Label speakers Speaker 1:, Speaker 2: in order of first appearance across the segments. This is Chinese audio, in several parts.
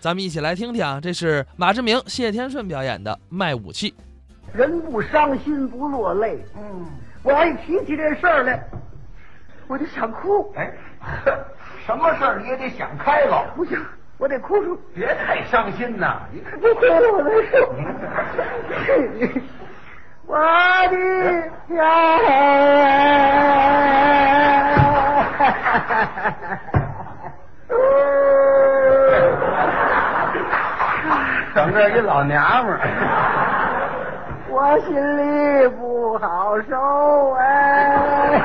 Speaker 1: 咱们一起来听听啊，这是马志明、谢天顺表演的《卖武器》。
Speaker 2: 人不伤心不落泪。
Speaker 3: 嗯，
Speaker 2: 我要一提起这事儿来，我就想哭。
Speaker 3: 哎， 什么事儿你也得想开了，
Speaker 2: 不行，我得哭出，
Speaker 3: 别太伤心呐。你看
Speaker 2: 不哭了我难受。我的家。
Speaker 3: 整个一老娘们 儿，
Speaker 2: 我心里不好受啊哎，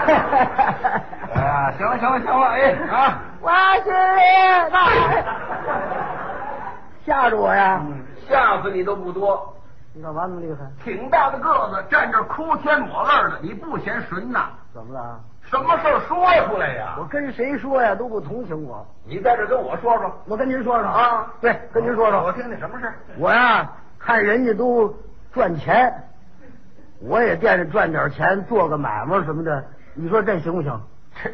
Speaker 3: 哎呀，行了行了行了，哎 啊，
Speaker 2: 我心里大，吓着我呀！
Speaker 3: 吓死你都不多，
Speaker 2: 你干嘛那么厉害？
Speaker 3: 挺大的个子，站这儿哭天抹泪儿的，你不嫌神呐？
Speaker 2: 怎么了？啊
Speaker 3: 什么事儿说出来呀
Speaker 2: 我？跟谁说呀都不同情我。
Speaker 3: 你在这儿跟我说说
Speaker 2: 我跟您说说
Speaker 3: 啊，
Speaker 2: 对，跟您说说。
Speaker 3: 我听听什么事儿？
Speaker 2: 我呀，看人家都赚钱，我也惦着赚点钱，做个买卖什么的。你说这行不行？
Speaker 3: 这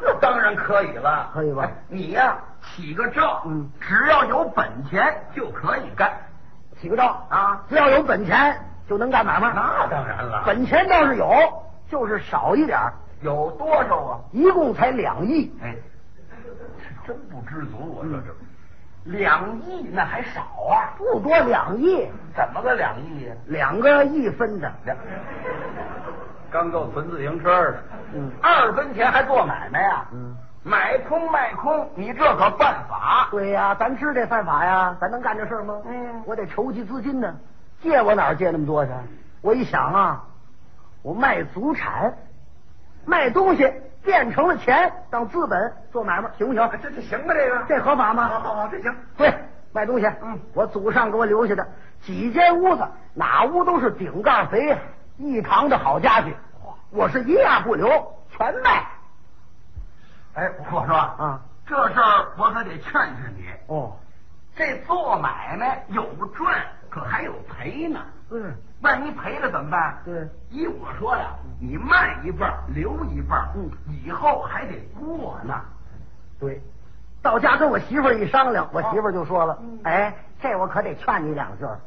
Speaker 3: 这当然可以了，
Speaker 2: 可以吧
Speaker 3: 哎你呀、起个照，
Speaker 2: 嗯
Speaker 3: 只要有本钱就可以干。
Speaker 2: 起个照
Speaker 3: 啊
Speaker 2: 只要有本钱就能干买卖。
Speaker 3: 那当然了
Speaker 2: 本钱倒是有，就是少一点儿
Speaker 3: 有多少啊？
Speaker 2: 一共才两亿。
Speaker 3: 哎，真不知足，我说这、两亿那还少啊？
Speaker 2: 不多两亿，
Speaker 3: 怎么个两亿啊呀、
Speaker 2: 两个亿分的，
Speaker 3: 两，刚够存自行车的，
Speaker 2: 嗯
Speaker 3: 二分钱还做买卖啊？
Speaker 2: 嗯，
Speaker 3: 买空卖空，你这可犯法。
Speaker 2: 对呀、咱知这犯法呀，咱能干这事儿吗？
Speaker 3: 嗯
Speaker 2: 我得筹集资金呢，借我哪儿借那么多去？我一想啊，我卖祖产，卖东西变成了钱当资本做买卖，行不行？
Speaker 3: 啊这这行吧？这个
Speaker 2: 这合法
Speaker 3: 好
Speaker 2: 吗？
Speaker 3: 好好，这行。
Speaker 2: 对，卖东西，
Speaker 3: 嗯
Speaker 2: 我祖上给我留下的几间屋子，哪屋都是顶盖肥，一堂的好家具，我是一样不留，全卖。
Speaker 3: 哎，我说
Speaker 2: 啊，
Speaker 3: 这事儿我可得劝劝你。
Speaker 2: 哦，
Speaker 3: 这做买卖有赚，可还有赔呢。
Speaker 2: 嗯，
Speaker 3: 万一赔了怎么办？
Speaker 2: 对
Speaker 3: 依我说呀，你卖一半儿留一半儿，
Speaker 2: 嗯
Speaker 3: 以后还得过呢。
Speaker 2: 对，到家跟我媳妇儿一商量，我媳妇儿就说了：“
Speaker 3: 哦嗯
Speaker 2: 哎，这我可得劝你两句儿，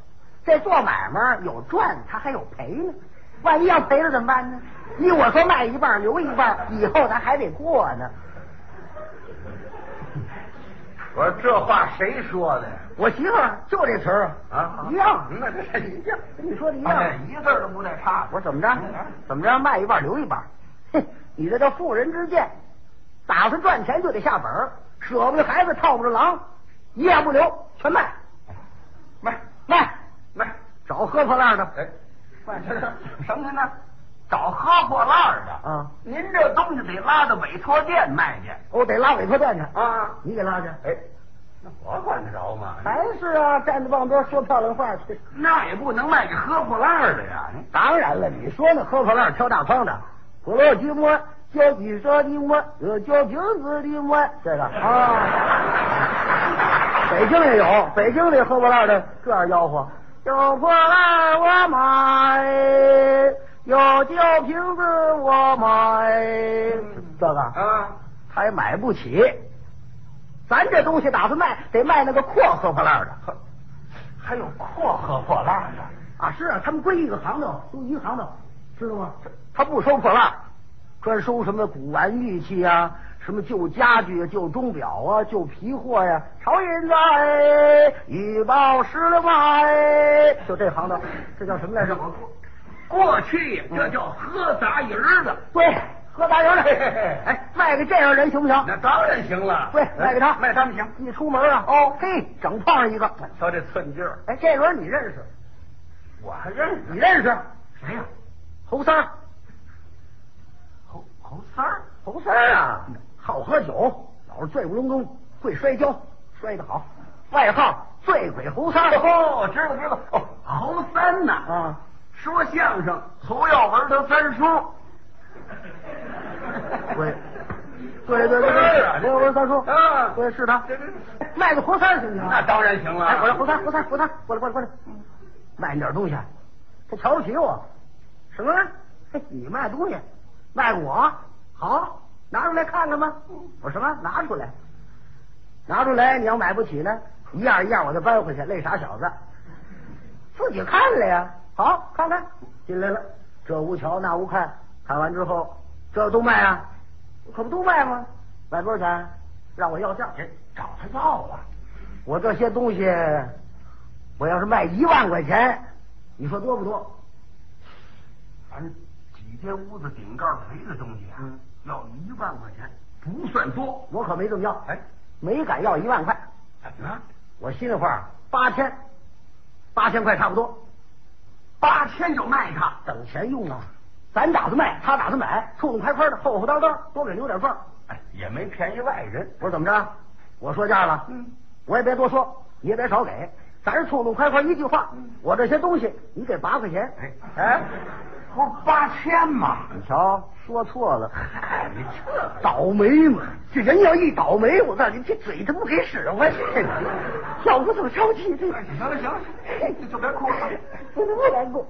Speaker 2: 这做买卖有赚，他还有赔呢。万一要赔了怎么办呢？依我说卖一半儿留一半儿，以后咱还得过呢。
Speaker 3: 我说这话谁说的呀？
Speaker 2: 我媳妇儿就这词儿
Speaker 3: 啊，
Speaker 2: 一样，
Speaker 3: 那这是一样，
Speaker 2: 跟你说的一样。
Speaker 3: 哎，一字儿都不带差的。
Speaker 2: 我说怎么着
Speaker 3: 嗯？
Speaker 2: 怎么着？卖一半儿留一半儿？哼，你这叫妇人之见，打算赚钱就得下本儿，舍不得孩子套不着狼，一样不留，全卖
Speaker 3: 卖
Speaker 2: 卖，
Speaker 3: 卖，
Speaker 2: 找喝破烂的。
Speaker 3: 哎，卖这是什么呢？找喝破烂儿的
Speaker 2: 啊
Speaker 3: 您这东西得拉到委托店卖去
Speaker 2: 我得拉委托店去，
Speaker 3: 啊。
Speaker 2: 你给拉去。
Speaker 3: 哎，那我管得着吗？
Speaker 2: 还是啊，站在旁边说漂亮话去。
Speaker 3: 那也不能卖给喝破烂儿的呀。
Speaker 2: 当然了，你说那喝破烂挑大筐的，胡萝卜摸，交几说的摸，呃，交瓶子的摸，这个啊，北京也有，北京这喝破烂的这样吆喝，有破烂我买，有酒瓶子我买，这个
Speaker 3: 啊，
Speaker 2: 他也买不起。咱这东西打算卖，得卖那个阔喝破烂的。
Speaker 3: 还有阔喝破烂儿的，
Speaker 2: 啊，是啊，他们归一个行当，都一个行当，知道吗？他不收破烂，专收什么古玩玉器啊，什么旧家具、啊、旧钟表啊、旧皮货呀、潮银子哎，一包十两哎，就这行当，这叫什么来着？
Speaker 3: 过去这叫喝杂鱼儿的。
Speaker 2: 对，喝杂油的
Speaker 3: 嘿嘿嘿。
Speaker 2: 哎，卖给这样人行不行？
Speaker 3: 那当然行了，嗯
Speaker 2: 对，卖给他，
Speaker 3: 哎卖他们行。
Speaker 2: 一出门啊，哦，嘿，整碰上一个。
Speaker 3: 瞧这寸劲儿，
Speaker 2: 哎，这轮你认识？
Speaker 3: 我还认识
Speaker 2: 你认识？
Speaker 3: 谁呀？
Speaker 2: 侯三儿，
Speaker 3: 侯侯三儿，嗯
Speaker 2: 侯三儿啊，好喝酒，老是醉不隆咚，会摔跤，摔得好，外号醉鬼侯三儿。
Speaker 3: 哦，知道知道，哦，侯三呐，
Speaker 2: 哎啊，
Speaker 3: 说相声，侯耀文他三叔，
Speaker 2: 对，对对对
Speaker 3: 是啊
Speaker 2: 对，刘文三叔，
Speaker 3: 啊
Speaker 2: 对，是他
Speaker 3: 这这，
Speaker 2: 卖个侯三儿行不行？
Speaker 3: 那当然行了。
Speaker 2: 哎，我来侯三儿，侯三儿，侯三儿，过来过来过来，卖你点东西，他瞧不起我，什么？嘿，你卖东西，卖我好，拿出来看看吧。我什么？拿出来，拿出来，你要买不起呢？一样一样我就搬回去，累傻小子。自己看了呀，好看看，进来了，这屋瞧那屋看，看完之后，这都卖啊，可不都卖吗？卖多少钱？让我要价。
Speaker 3: 这哎找他要啊，
Speaker 2: 我这些东西，我要是卖一万块钱，你说多不多？
Speaker 3: 咱几间屋子顶盖肥的东西啊，
Speaker 2: 嗯
Speaker 3: 要一万块钱不算多。
Speaker 2: 我可没这么要，
Speaker 3: 哎，
Speaker 2: 没敢要一万块，
Speaker 3: 怎么了？
Speaker 2: 我心里话八千，八千块差不多，
Speaker 3: 八千就卖他？
Speaker 2: 等钱用啊。咱打算卖，他打算买，痛痛快快的，厚厚道道，多给留点缝儿。
Speaker 3: 哎，也没便宜外人。
Speaker 2: 我说怎么着？我说价了，
Speaker 3: 嗯，
Speaker 2: 我也别多说，你也别少给，咱是痛痛快快一句话。我这些东西，你给八块钱。
Speaker 3: 哎哎，不是八千吗？
Speaker 2: 你瞧，说错了，
Speaker 3: 哎，你这
Speaker 2: 倒霉嘛！这人要一倒霉，我告诉你，这嘴他不给使唤。小姑怎么生气？这
Speaker 3: 行了行了，你就别哭了。
Speaker 2: 哎不能不难过，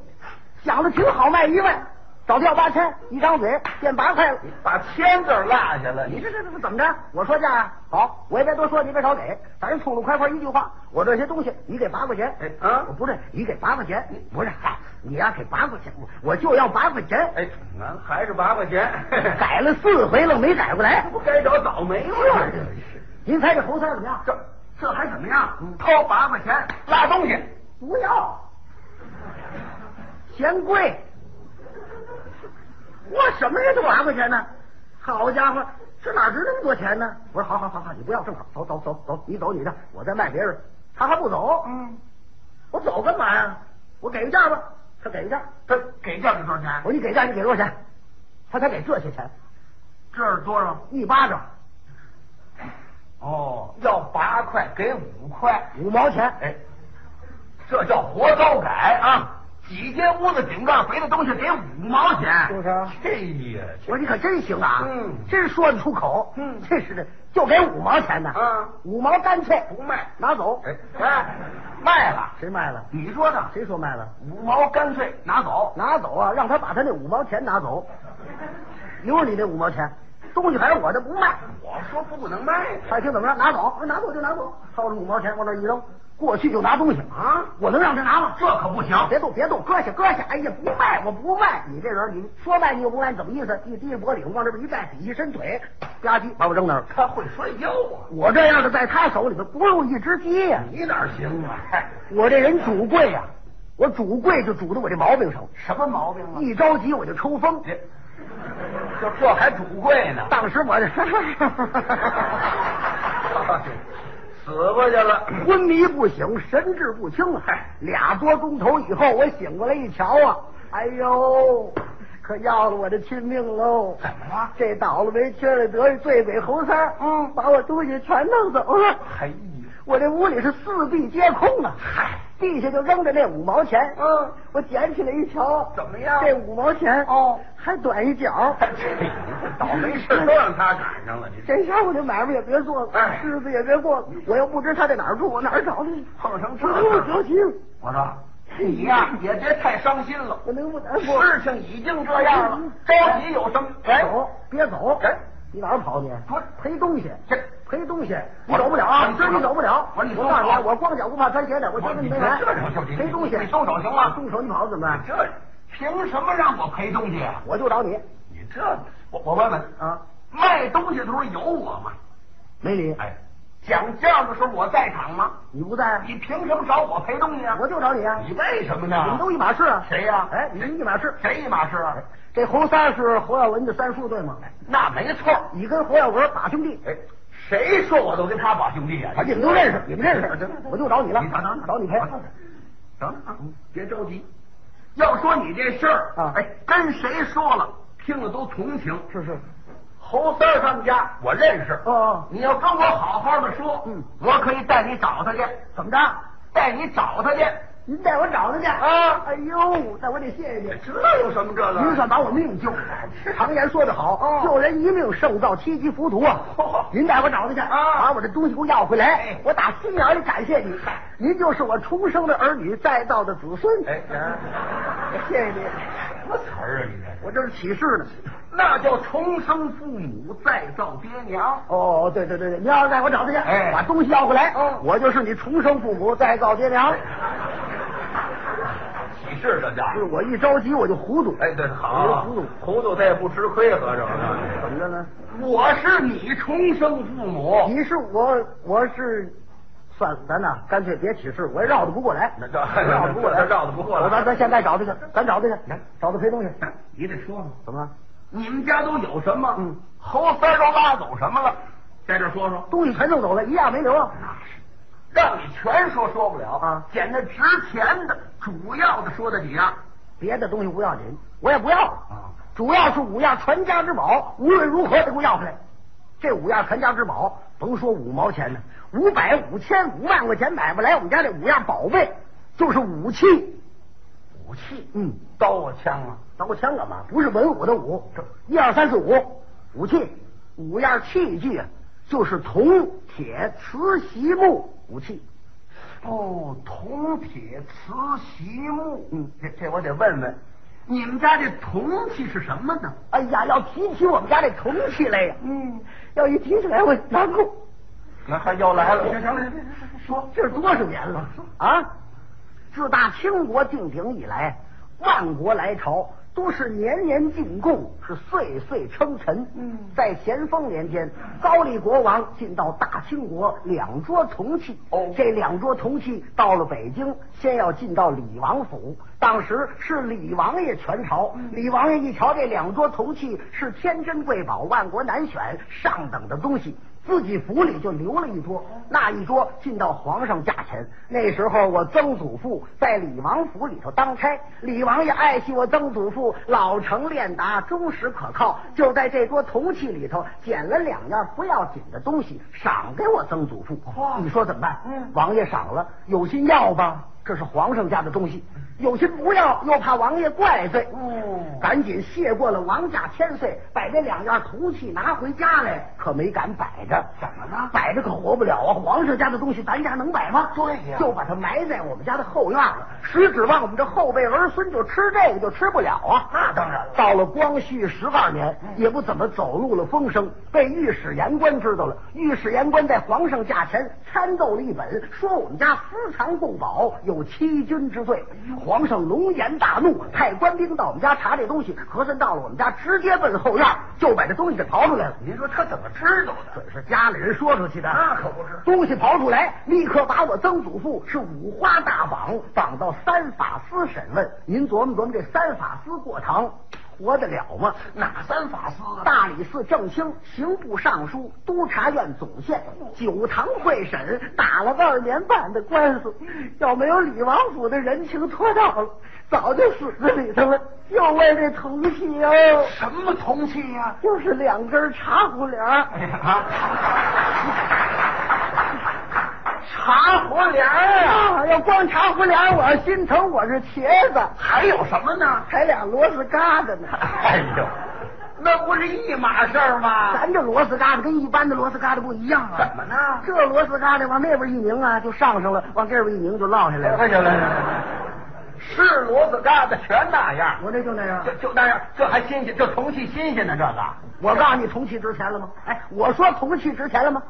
Speaker 2: 想的挺好，卖一万，找他要八千，一张嘴变八块了。
Speaker 3: 把千字落下了，
Speaker 2: 你
Speaker 3: 你
Speaker 2: 这
Speaker 3: 这
Speaker 2: 这这怎么着？我说价啊，好，我也别多说，你别少给，咱是痛痛快快一句话。我这些东西你给八块钱，
Speaker 3: 哎啊
Speaker 2: 我不是你给八块钱，不是，嗨，你呀、给八块钱，我我就要八块钱，
Speaker 3: 哎，咱还是八块钱，
Speaker 2: 改了四回了没改过来。
Speaker 3: 哎不该找倒霉吗？
Speaker 2: 您猜这侯三儿怎么样？嗯
Speaker 3: 这这还怎么样？掏八块钱拉东西，
Speaker 2: 不要，嫌贵。我什么人都八块钱呢？好家伙，这哪值那么多钱呢？我说好好好好，你不要，正好走走走走，你走你的，我再卖别人。他还不走，
Speaker 3: 嗯，
Speaker 2: 我走干嘛呀？我给个价吧，他给个价。
Speaker 3: 他给价是多少钱
Speaker 2: 我？说你给价，你给多少钱？他才给这些钱，
Speaker 3: 这是多少？
Speaker 2: 一巴掌，
Speaker 3: 哦，要八块给五块，
Speaker 2: 五毛钱。
Speaker 3: 哎，这叫活招改啊！几间屋子顶杠肥的东西给五毛钱，
Speaker 2: 是不是啊
Speaker 3: 哎呀，
Speaker 2: 我说你可真行啊，
Speaker 3: 嗯
Speaker 2: 真说得出口，
Speaker 3: 嗯
Speaker 2: 这是的，就给五毛钱呢，
Speaker 3: 嗯
Speaker 2: 五毛干脆
Speaker 3: 不卖
Speaker 2: 拿走，
Speaker 3: 哎哎，卖了，
Speaker 2: 谁卖了？
Speaker 3: 你说的
Speaker 2: 谁说卖了？
Speaker 3: 五毛干脆拿走，
Speaker 2: 拿走啊，让他把他那五毛钱拿走，留着你那五毛钱，东西还是我的，不卖。
Speaker 3: 我说不能卖
Speaker 2: 爱听怎么着，拿走，啊拿走就拿走，掏出五毛钱往那一扔，过去就拿东西
Speaker 3: 啊
Speaker 2: 我能让他拿吗？
Speaker 3: 这可不行，
Speaker 2: 别动，别动，搁下，搁下！哎呀，不卖，我不卖！你这人，你说卖你又不卖，你怎么意思？一低着脖领往这边一站，底一伸腿，吧唧，把我扔那儿了。
Speaker 3: 他会摔跤啊，
Speaker 2: 我这样的在他手里头不用一只鸡呀、
Speaker 3: 你哪行啊？嗨
Speaker 2: 我这人主贵呀、我主贵就主到我这毛病上，
Speaker 3: 什么毛病啊？
Speaker 2: 一着急我就抽风。
Speaker 3: 这这这还主贵 呢，
Speaker 2: 当时我就
Speaker 3: 死过去了。
Speaker 2: 昏迷不醒，神志不清啊！
Speaker 3: 哎
Speaker 2: 俩多钟头以后，我醒过来一瞧啊，哎呦，可要了我的亲命喽！
Speaker 3: 怎么了
Speaker 2: 这倒了霉缺了德的醉鬼侯三儿，
Speaker 3: 嗯
Speaker 2: 把我东西全弄走了。
Speaker 3: 嘿，
Speaker 2: 我这屋里是四壁皆空啊！嗨，地下就扔着那五毛钱。
Speaker 3: 嗯，
Speaker 2: 我捡起来一瞧，
Speaker 3: 怎么样
Speaker 2: 这五毛钱
Speaker 3: 哦哎
Speaker 2: 还短一角。
Speaker 3: 这倒霉事儿都让他赶上了，你这
Speaker 2: 这下我这买卖也别做了，
Speaker 3: 哎
Speaker 2: 日子也别过了。我又不知他在哪儿住，我哪儿找他去？
Speaker 3: 碰成这
Speaker 2: 我给我着
Speaker 3: 样，
Speaker 2: 急了，
Speaker 3: 我说你呀、也别太伤心了，
Speaker 2: 我能不难过？
Speaker 3: 事情已经这样了，着急有什么？嗯哎，
Speaker 2: 走，别走
Speaker 3: 哎，
Speaker 2: 你哪儿跑你？
Speaker 3: 不是
Speaker 2: 赔东西
Speaker 3: 这，
Speaker 2: 赔东西，你
Speaker 3: 我
Speaker 2: 走不了啊！
Speaker 3: 你
Speaker 2: 今儿你
Speaker 3: 走
Speaker 2: 走不了。
Speaker 3: 我说你
Speaker 2: 我
Speaker 3: 松手
Speaker 2: 告诉你，我光脚不怕穿鞋的，我今儿跟你没完
Speaker 3: 我你这就行。
Speaker 2: 赔东西，
Speaker 3: 你松手行吗
Speaker 2: 松手你跑怎么办？
Speaker 3: 这凭什么让我赔东西啊？
Speaker 2: 我就找你
Speaker 3: 你这，我我问问，
Speaker 2: 啊！
Speaker 3: 卖东西的时候有我吗？
Speaker 2: 没理
Speaker 3: 哎，讲价的时候我在场吗？
Speaker 2: 你不在，
Speaker 3: 你凭什么找我赔东西啊？
Speaker 2: 我就找你啊！
Speaker 3: 你为什么呢？
Speaker 2: 我们都一码事啊！
Speaker 3: 谁呀
Speaker 2: 哎，你们一码事。
Speaker 3: 谁一码事啊？
Speaker 2: 这侯三是侯耀文的三叔，对吗？
Speaker 3: 那没错。
Speaker 2: 你跟侯耀文把兄弟，
Speaker 3: 哎，谁说我都跟他把兄弟啊？
Speaker 2: 啊，你们都认识，你们认识，我就找你了
Speaker 3: 你等等，，
Speaker 2: 找你赔。
Speaker 3: 等等，别着急。要说你这事儿
Speaker 2: 啊
Speaker 3: 哎，跟谁说了，听了都同情。
Speaker 2: 是是，
Speaker 3: 侯三儿他们家我认识，
Speaker 2: 哦
Speaker 3: 你要跟我好好的说，
Speaker 2: 嗯
Speaker 3: 我可以带你找他去，
Speaker 2: 怎么着？
Speaker 3: 带你找他去。
Speaker 2: 您带我找他去
Speaker 3: 啊
Speaker 2: 哎呦，那我得谢谢您，
Speaker 3: 这有什么这个？
Speaker 2: 您算把我命救了。常言说得好，
Speaker 3: 哦
Speaker 2: 救人一命胜造七级浮屠啊！
Speaker 3: 嚯
Speaker 2: 您带我找他去，
Speaker 3: 啊
Speaker 2: 把我这东西给我要回来
Speaker 3: 哎，
Speaker 2: 我打心眼里感谢你，哎您就是我重生的儿女再造的子孙。
Speaker 3: 哎哎，行
Speaker 2: 谢谢您。
Speaker 3: 么词儿啊？你这是
Speaker 2: 我这是启示呢。
Speaker 3: 那叫重生父母，再造爹娘。
Speaker 2: 哦，对对对对，你要是带我找他去，
Speaker 3: 哎
Speaker 2: 把东西要回来，
Speaker 3: 嗯
Speaker 2: 我就是你重生父母，再造爹娘。
Speaker 3: 喜事这家
Speaker 2: 就是我一着急我就糊涂，
Speaker 3: 哎，对，
Speaker 2: 我就
Speaker 3: 好
Speaker 2: 糊涂，，
Speaker 3: 糊涂他也不吃亏，合着。
Speaker 2: 怎么着呢？
Speaker 3: 我是你重生父母，
Speaker 2: 哦你是我，我是，算了，咱呐，干脆别起誓，我也绕得不过来，
Speaker 3: 那这哎
Speaker 2: 绕得不过来，
Speaker 3: 这绕得不过来
Speaker 2: 我咱咱现在找他去，咱找他去，找他赔东西，
Speaker 3: 你得说说，
Speaker 2: 怎么了？
Speaker 3: 你们家都有什么？
Speaker 2: 嗯，
Speaker 3: 猴塞都拉走什么了？在这说说，
Speaker 2: 东西全弄走了，一样没留啊！
Speaker 3: 让你全说说不了
Speaker 2: 啊
Speaker 3: 捡那值钱的、主要的说的几样。
Speaker 2: 别的东西不要紧，我也不要了。
Speaker 3: 啊，
Speaker 2: 主要是五样传家之宝，无论如何得给我要回来。这五样传家之宝，甭说五毛钱呢，五百、五千、五万块钱买不来我们家这五样宝贝，就是武器。
Speaker 3: 武器，
Speaker 2: 嗯，
Speaker 3: 刀啊枪啊，
Speaker 2: 刀枪干嘛？不是文武的武，这一二三四五武器，五样器具啊，就是铜、铁、瓷、席、木武器。
Speaker 3: 哦，铜铁瓷席木，
Speaker 2: 嗯
Speaker 3: 这这我得问问，你们家这铜器是什么呢？
Speaker 2: 哎呀，要提起我们家这铜器来呀，
Speaker 3: 嗯，
Speaker 2: 要一提起来我难过。
Speaker 3: 那还又来了，行行行行行，说
Speaker 2: 这是多少年了啊！自打清国定鼎以来，万国来朝都是年年进贡，是岁岁称臣。
Speaker 3: 嗯
Speaker 2: 在咸丰年间，高丽国王进到大清国两桌铜器。
Speaker 3: 哦
Speaker 2: 这两桌铜器到了北京，先要进到李王府。当时是李王爷全朝，
Speaker 3: 嗯
Speaker 2: 李王爷一瞧这两桌铜器是天珍贵宝，万国难选，上等的东西，自己府里就留了一桌。那一桌进到皇上驾前，那时候我曾祖父在李王府里头当差，李王爷爱惜我曾祖父老成练达、忠实可靠，就在这桌铜器里头捡了两样不要紧的东西，赏给我曾祖父。
Speaker 3: 哇
Speaker 2: 你说怎么办？
Speaker 3: 嗯
Speaker 2: 王爷赏了，有心要吧，这是皇上家的东西；有心不要，又怕王爷怪罪。
Speaker 3: 嗯
Speaker 2: 赶紧谢过了王家千岁，把这两样铜器拿回家来，可没敢摆着。
Speaker 3: 怎么了
Speaker 2: 摆着可活不了啊！皇上家的东西，咱家能摆吗？
Speaker 3: 对呀
Speaker 2: 就把它埋在我们家的后院了，实指望我们这后辈儿孙就吃这个就吃不了啊！
Speaker 3: 那当然了嗯
Speaker 2: 到了光绪十二年，也不怎么走入了风声，被御史言官知道了。御史言官在皇上驾前参奏了一本，说我们家私藏贡宝，有欺君之罪。
Speaker 3: 哎
Speaker 2: 皇上龙颜大怒，派官兵到我们家查这东西，和珅到了我们家，直接奔后院就把这东西给刨出来了。
Speaker 3: 您说他怎么知道的？
Speaker 2: 准是家里人说出去的，
Speaker 3: 那可不是
Speaker 2: 东西刨出来，立刻把我曾祖父是五花大绑，绑到三法司审问。您琢磨琢磨，这三法司过堂活得了吗？
Speaker 3: 哪三法司啊？
Speaker 2: 大理寺正卿、刑部尚书、督察院总宪、九堂会审，打了二年半的官司，要没有李王府的人情拖到了，早就死在里头了。就为这铜器哦，
Speaker 3: 什么啊铜器呀、
Speaker 2: 就是两根茶壶帘儿。
Speaker 3: 哎呀
Speaker 2: 啊
Speaker 3: 茶壶帘儿啊，
Speaker 2: 啊，要光茶壶帘儿，我心疼我是茄子，
Speaker 3: 还有什么呢？
Speaker 2: 还俩螺丝疙瘩呢。
Speaker 3: 哎呦，那不是一码事儿吗？
Speaker 2: 咱这螺丝疙瘩跟一般的螺丝疙瘩不一样啊。
Speaker 3: 怎么呢
Speaker 2: 这螺丝疙瘩往那边一拧啊，就上上了；往这边一拧就落下来了。
Speaker 3: 行了，是骡子疙瘩全那样，
Speaker 2: 我这就那样
Speaker 3: 就。就那样，这还新鲜，这铜器新鲜呢，这个。
Speaker 2: 我告诉你，铜器值钱了吗？哎，我说铜器值钱了吗？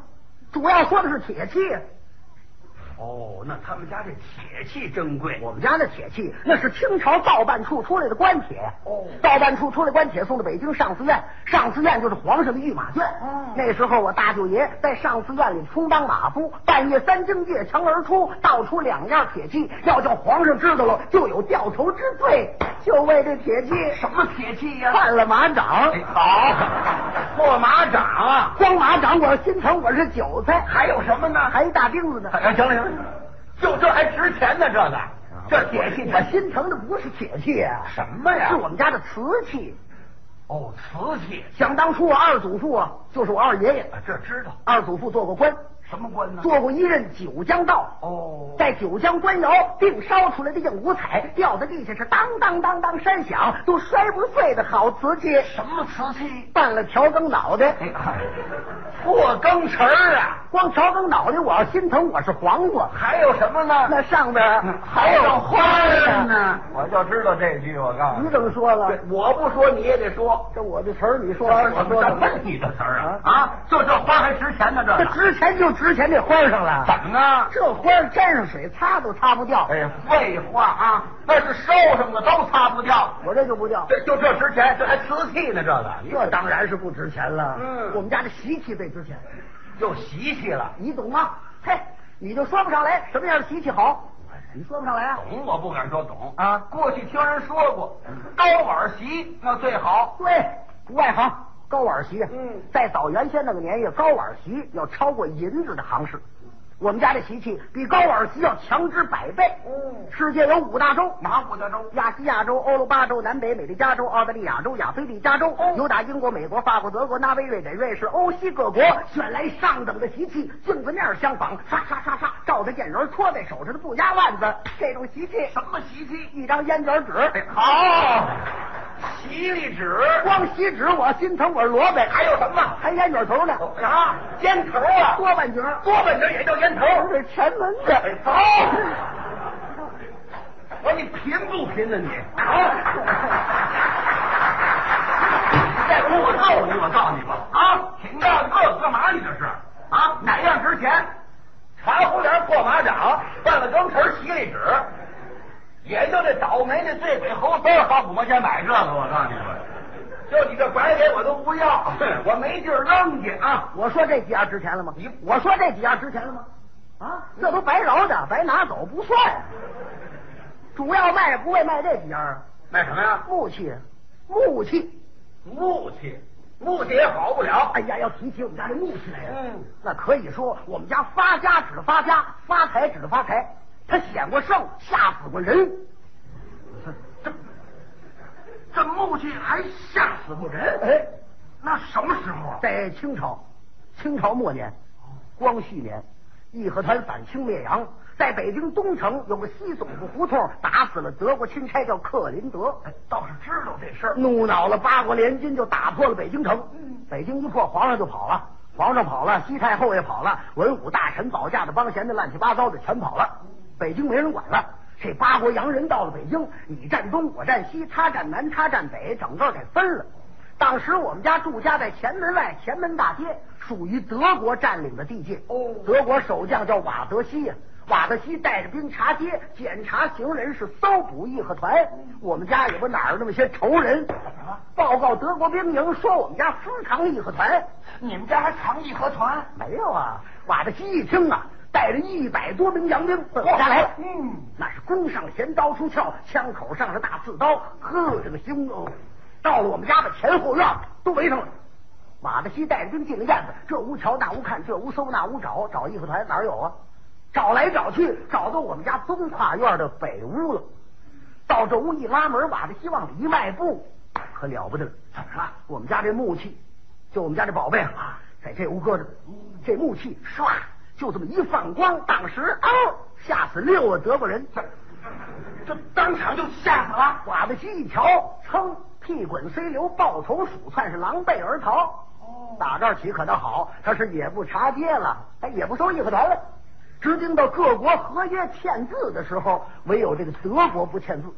Speaker 2: 主要说的是铁器。啊
Speaker 3: 哦，那他们家这铁器珍贵，
Speaker 2: 我们家那铁器，那是清朝造办处出来的官铁。
Speaker 3: 哦
Speaker 2: 造办处出来官铁，送到北京上寺院，上寺院就是皇上的御马圈。
Speaker 3: 哦
Speaker 2: 那时候我大舅爷在上寺院里充当马夫，半夜三更越墙而出，盗出两样铁器，要叫皇上知道了，就有掉头之罪。就为这铁器，
Speaker 3: 什么铁器呀、
Speaker 2: 犯了马掌，
Speaker 3: 哎好，破马掌啊，
Speaker 2: 光马掌我心疼我是韭菜，
Speaker 3: 还有什么呢？
Speaker 2: 还一大钉子呢。
Speaker 3: 哎，行了行了，就这还值钱呢，这个，这铁器
Speaker 2: 我
Speaker 3: 它
Speaker 2: 心疼的不是铁器啊，
Speaker 3: 什么呀
Speaker 2: 是我们家的瓷器。
Speaker 3: 哦，瓷器
Speaker 2: 想当初我二祖父啊，就是我二爷爷，
Speaker 3: 啊这知道
Speaker 2: 二祖父做过官，
Speaker 3: 什么官呢？
Speaker 2: 做过一任九江道。
Speaker 3: 哦，
Speaker 2: 在九江官窑并烧出来的硬五彩，掉在地下是当当当当山响，都摔不碎的好瓷器。
Speaker 3: 什么瓷器？
Speaker 2: 办了调羹脑袋，
Speaker 3: 哎嗨，破羹匙儿啊！
Speaker 2: 光调羹脑袋，我要心疼我是黄瓜，
Speaker 3: 还有什么呢？
Speaker 2: 那上边
Speaker 3: 嗯
Speaker 2: 还有花
Speaker 3: 儿
Speaker 2: 儿呢。嗯
Speaker 3: 呢！我就知道这句，我告诉
Speaker 2: 你怎么说了？
Speaker 3: 我不说你也得说。
Speaker 2: 这我的词儿你说完
Speaker 3: 我
Speaker 2: 我
Speaker 3: 们
Speaker 2: 说
Speaker 3: 这
Speaker 2: 怎么
Speaker 3: 问你的词儿啊啊！就这花还值钱呢，这
Speaker 2: 这
Speaker 3: 个
Speaker 2: 值钱就值钱这花儿上了。
Speaker 3: 怎么啊？
Speaker 2: 这花儿沾上水擦都擦不掉，
Speaker 3: 哎呀，废话啊，那是烧上的都擦不掉，
Speaker 2: 我这就不掉。
Speaker 3: 这就这值钱，这还瓷器呢，这个
Speaker 2: 这当然是不值钱了。
Speaker 3: 嗯
Speaker 2: 我们家的习气最值钱，
Speaker 3: 又习气了。
Speaker 2: 你懂吗？嘿，你就说不上来什么样的习气好，你说不上来啊。
Speaker 3: 懂我不敢说懂
Speaker 2: 啊
Speaker 3: 过去听人说过，高碗席那最好。
Speaker 2: 对，不外行，高碗席。
Speaker 3: 嗯
Speaker 2: 在早原先那个年月，高碗席要超过银子的行市。我们家的习气比高碗席要强之百倍。
Speaker 3: 嗯
Speaker 2: 世界有五大洲，
Speaker 3: 哪五大洲？
Speaker 2: 亚细亚洲、欧罗巴洲、南北美利加洲、澳大利亚洲、亚非利加洲，
Speaker 3: 哦
Speaker 2: 有打英国、美国、法国、德国、挪威、瑞典、瑞士、欧西各国选来上等的习气，镜子面相仿，刷刷刷刷，照着剑轮，搓在手上的不压腕子，这种习气，
Speaker 3: 什么习气？哎
Speaker 2: 一张烟卷纸，哦
Speaker 3: 好，席里纸。
Speaker 2: 光锡纸我心疼我是萝卜，
Speaker 3: 还有什么哎
Speaker 2: 还烟卷头呢，
Speaker 3: 啊？烟头啊？
Speaker 2: 多半截儿，
Speaker 3: 多半截儿也叫烟头。
Speaker 2: 这是前门的，
Speaker 3: 走。我说你贫不贫啊呢、你？再不我告你，我告诉你吧，啊，请告你告干嘛？你这是啊，哪样值钱？茶壶帘破马掌，半个钢盆洗里纸，也就这倒霉的醉鬼猴三儿花五毛钱买这个，我告诉你吧，就你这白给我都不要，我没地儿扔去啊。
Speaker 2: 我说这几样值钱了吗
Speaker 3: 你？
Speaker 2: 我说这几样值钱了吗？啊，这都白饶的，白拿走不算。主要卖不为卖这几样啊，
Speaker 3: 卖什么呀？
Speaker 2: 木器，木器。
Speaker 3: 木器，木器也好不了。
Speaker 2: 哎呀，要提起我们家这木器来呀、
Speaker 3: 嗯
Speaker 2: 那可以说我们家发家指的发家，发财指的发财。他显过圣，吓死过人。
Speaker 3: 这这木器还吓死过人？
Speaker 2: 哎，
Speaker 3: 那什么时候啊？
Speaker 2: 在清朝，清朝末年，光绪年，义和团反清灭洋，在北京东城有个西总部胡同，打死了德国钦差叫克林德，
Speaker 3: 哎倒是知道这事儿。
Speaker 2: 怒恼了八国联军，就打破了北京城
Speaker 3: 嗯。
Speaker 2: 北京一破，皇上就跑了，皇上跑了，西太后也跑了，文武大臣、保驾的、帮闲的、乱七八糟的全跑了，北京没人管了。这八国洋人到了北京，你站东，我站西，他站南，他站北，整个给分了。当时我们家住家在前门外前门大街，属于德国占领的地界。
Speaker 3: 哦
Speaker 2: 德国守将叫瓦德西呀、瓦德西带着兵查街，检查行人，是搜捕义和团。我们家也不哪儿有那么些仇人，报告德国兵营说我们家私藏义和团，
Speaker 3: 你们家还藏义和团？
Speaker 2: 没有啊？瓦德西一听啊，带着一百多名洋兵奔我家来了。
Speaker 3: 嗯，
Speaker 2: 那是弓上弦，刀出鞘，枪口上是大刺刀，呵，这个凶哦！到了我们家的前后院都围上了。马大西带着兵进了院子，这屋瞧那屋看，这屋搜那屋找，找义和团哪儿有啊？找来找去，找到我们家东跨院的北屋了。到这屋一拉门，瓦大西往里一迈步，可了不得了！怎么了？我们家这木器，就我们家这宝贝啊，在这屋搁着。这木器唰，就这么一放光，当时嗷，吓死六个德国人。
Speaker 3: 这这当场就吓死了。
Speaker 2: 瓦子西一瞧，噌，屁滚虽流，抱头鼠窜，是狼狈而逃。
Speaker 3: 哦
Speaker 2: 打这儿起可倒好，他是也不查街了，他也不收义和团了。直盯到各国合约签字的时候，唯有这个德国不签字。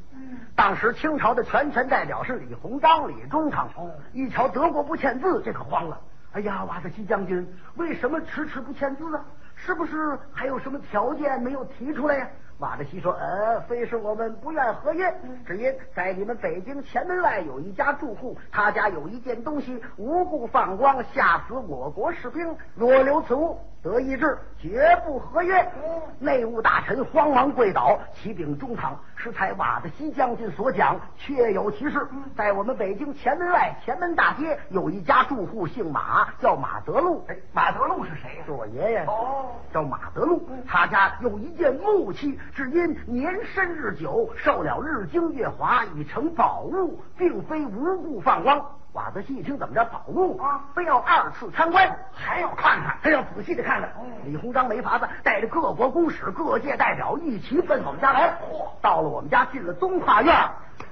Speaker 2: 当时清朝的全权代表是李鸿章、李中堂。一瞧德国不签字，这可慌了。哎呀，瓦特西将军，为什么迟迟不签字啊？是不是还有什么条件没有提出来呀、瓦特西说：“呃，非是我们不愿合约，只因在你们北京前门外有一家住户，他家有一件东西，无故放光，吓死我国士兵。若留此物，德意志绝不合约。”
Speaker 3: 嗯
Speaker 2: 内务大臣慌忙跪倒，启禀中堂，是才瓦特西将军所讲，确有其事。
Speaker 3: 嗯
Speaker 2: 在我们北京前门外前门大街有一家住户，姓马，叫马德禄，
Speaker 3: 哎，马德禄是谁呀
Speaker 2: 是我爷爷。
Speaker 3: 哦，嗯
Speaker 2: 叫马德禄，他家有一件木器，只因年深日久，受了日精月华，已成宝物，并非无故放光。瓦子戏一听怎么着跑路
Speaker 3: 啊
Speaker 2: 非要二次参观，
Speaker 3: 还要看看。
Speaker 2: 还要仔细的看看
Speaker 3: 嗯。
Speaker 2: 李鸿章没法子，带着各国公使、各界代表一齐奔我们家来。到了我们家，进了宗化院，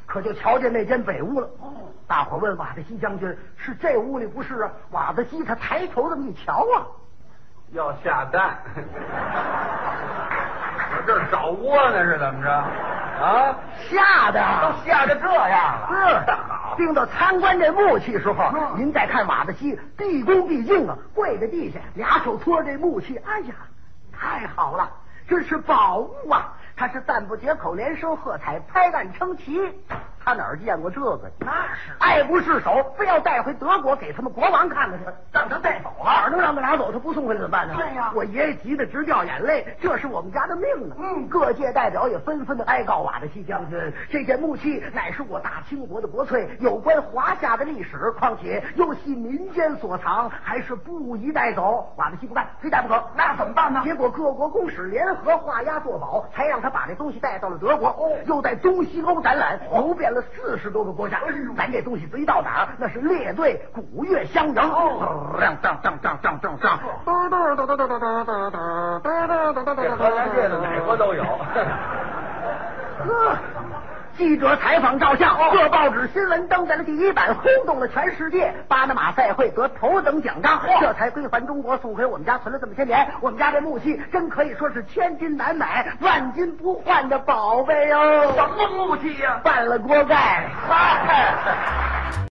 Speaker 2: 可就瞧见那间北屋了。
Speaker 3: 哦
Speaker 2: 大伙问瓦子西将军是这屋里不是啊？瓦子西他抬头这么一瞧啊，
Speaker 3: 要下蛋， 我这儿找窝呢是怎么着？啊，
Speaker 2: 吓得
Speaker 3: 都
Speaker 2: 啊
Speaker 3: 吓得这样了，
Speaker 2: 是
Speaker 3: 好，
Speaker 2: 定到参观这木器时候，
Speaker 3: 嗯
Speaker 2: 您再看瓦子西毕恭毕敬啊，跪在地下，俩手托着这木器，哎呀，太好了，这是宝物啊！他是赞不绝口，连声喝彩，拍案称奇。他哪儿见过这个呀？
Speaker 3: 那是
Speaker 2: 爱不释手，非要带回德国给他们国王看看去。
Speaker 3: 让他带走
Speaker 2: 哪儿
Speaker 3: 了。
Speaker 2: 能让他俩走？他不送回来怎么办呢？
Speaker 3: 对呀
Speaker 2: 我爷爷急得直掉眼泪，这是我们家的命呢。
Speaker 3: 嗯
Speaker 2: 各界代表也纷纷的哀告瓦德西将军，这件木器乃是我大清国的国粹，有关华夏的历史，况且又系民间所藏，还是不宜带走。瓦德西不干，非带不可。
Speaker 3: 那怎么办呢？
Speaker 2: 结果各国公使联合画押作保，才让他把这东西带到了德国，哦，又在东西欧展览，游遍了四十多个国家。咱这东西贼到哪儿，那是列队鼓乐相迎，哦，让当当当当当当，
Speaker 3: 这荷兰这的哪国都 有。
Speaker 2: 呵。记者采访照相，各报纸新闻登在了第一版，轰动了全世界。巴拿马赛会得头等奖章，这才归还中国，送回我们家，存了这么些年。我们家这木器真可以说是千金难买、万金不换的宝贝哟、
Speaker 3: 什么木器呀？
Speaker 2: 办了锅盖。
Speaker 3: 嗨。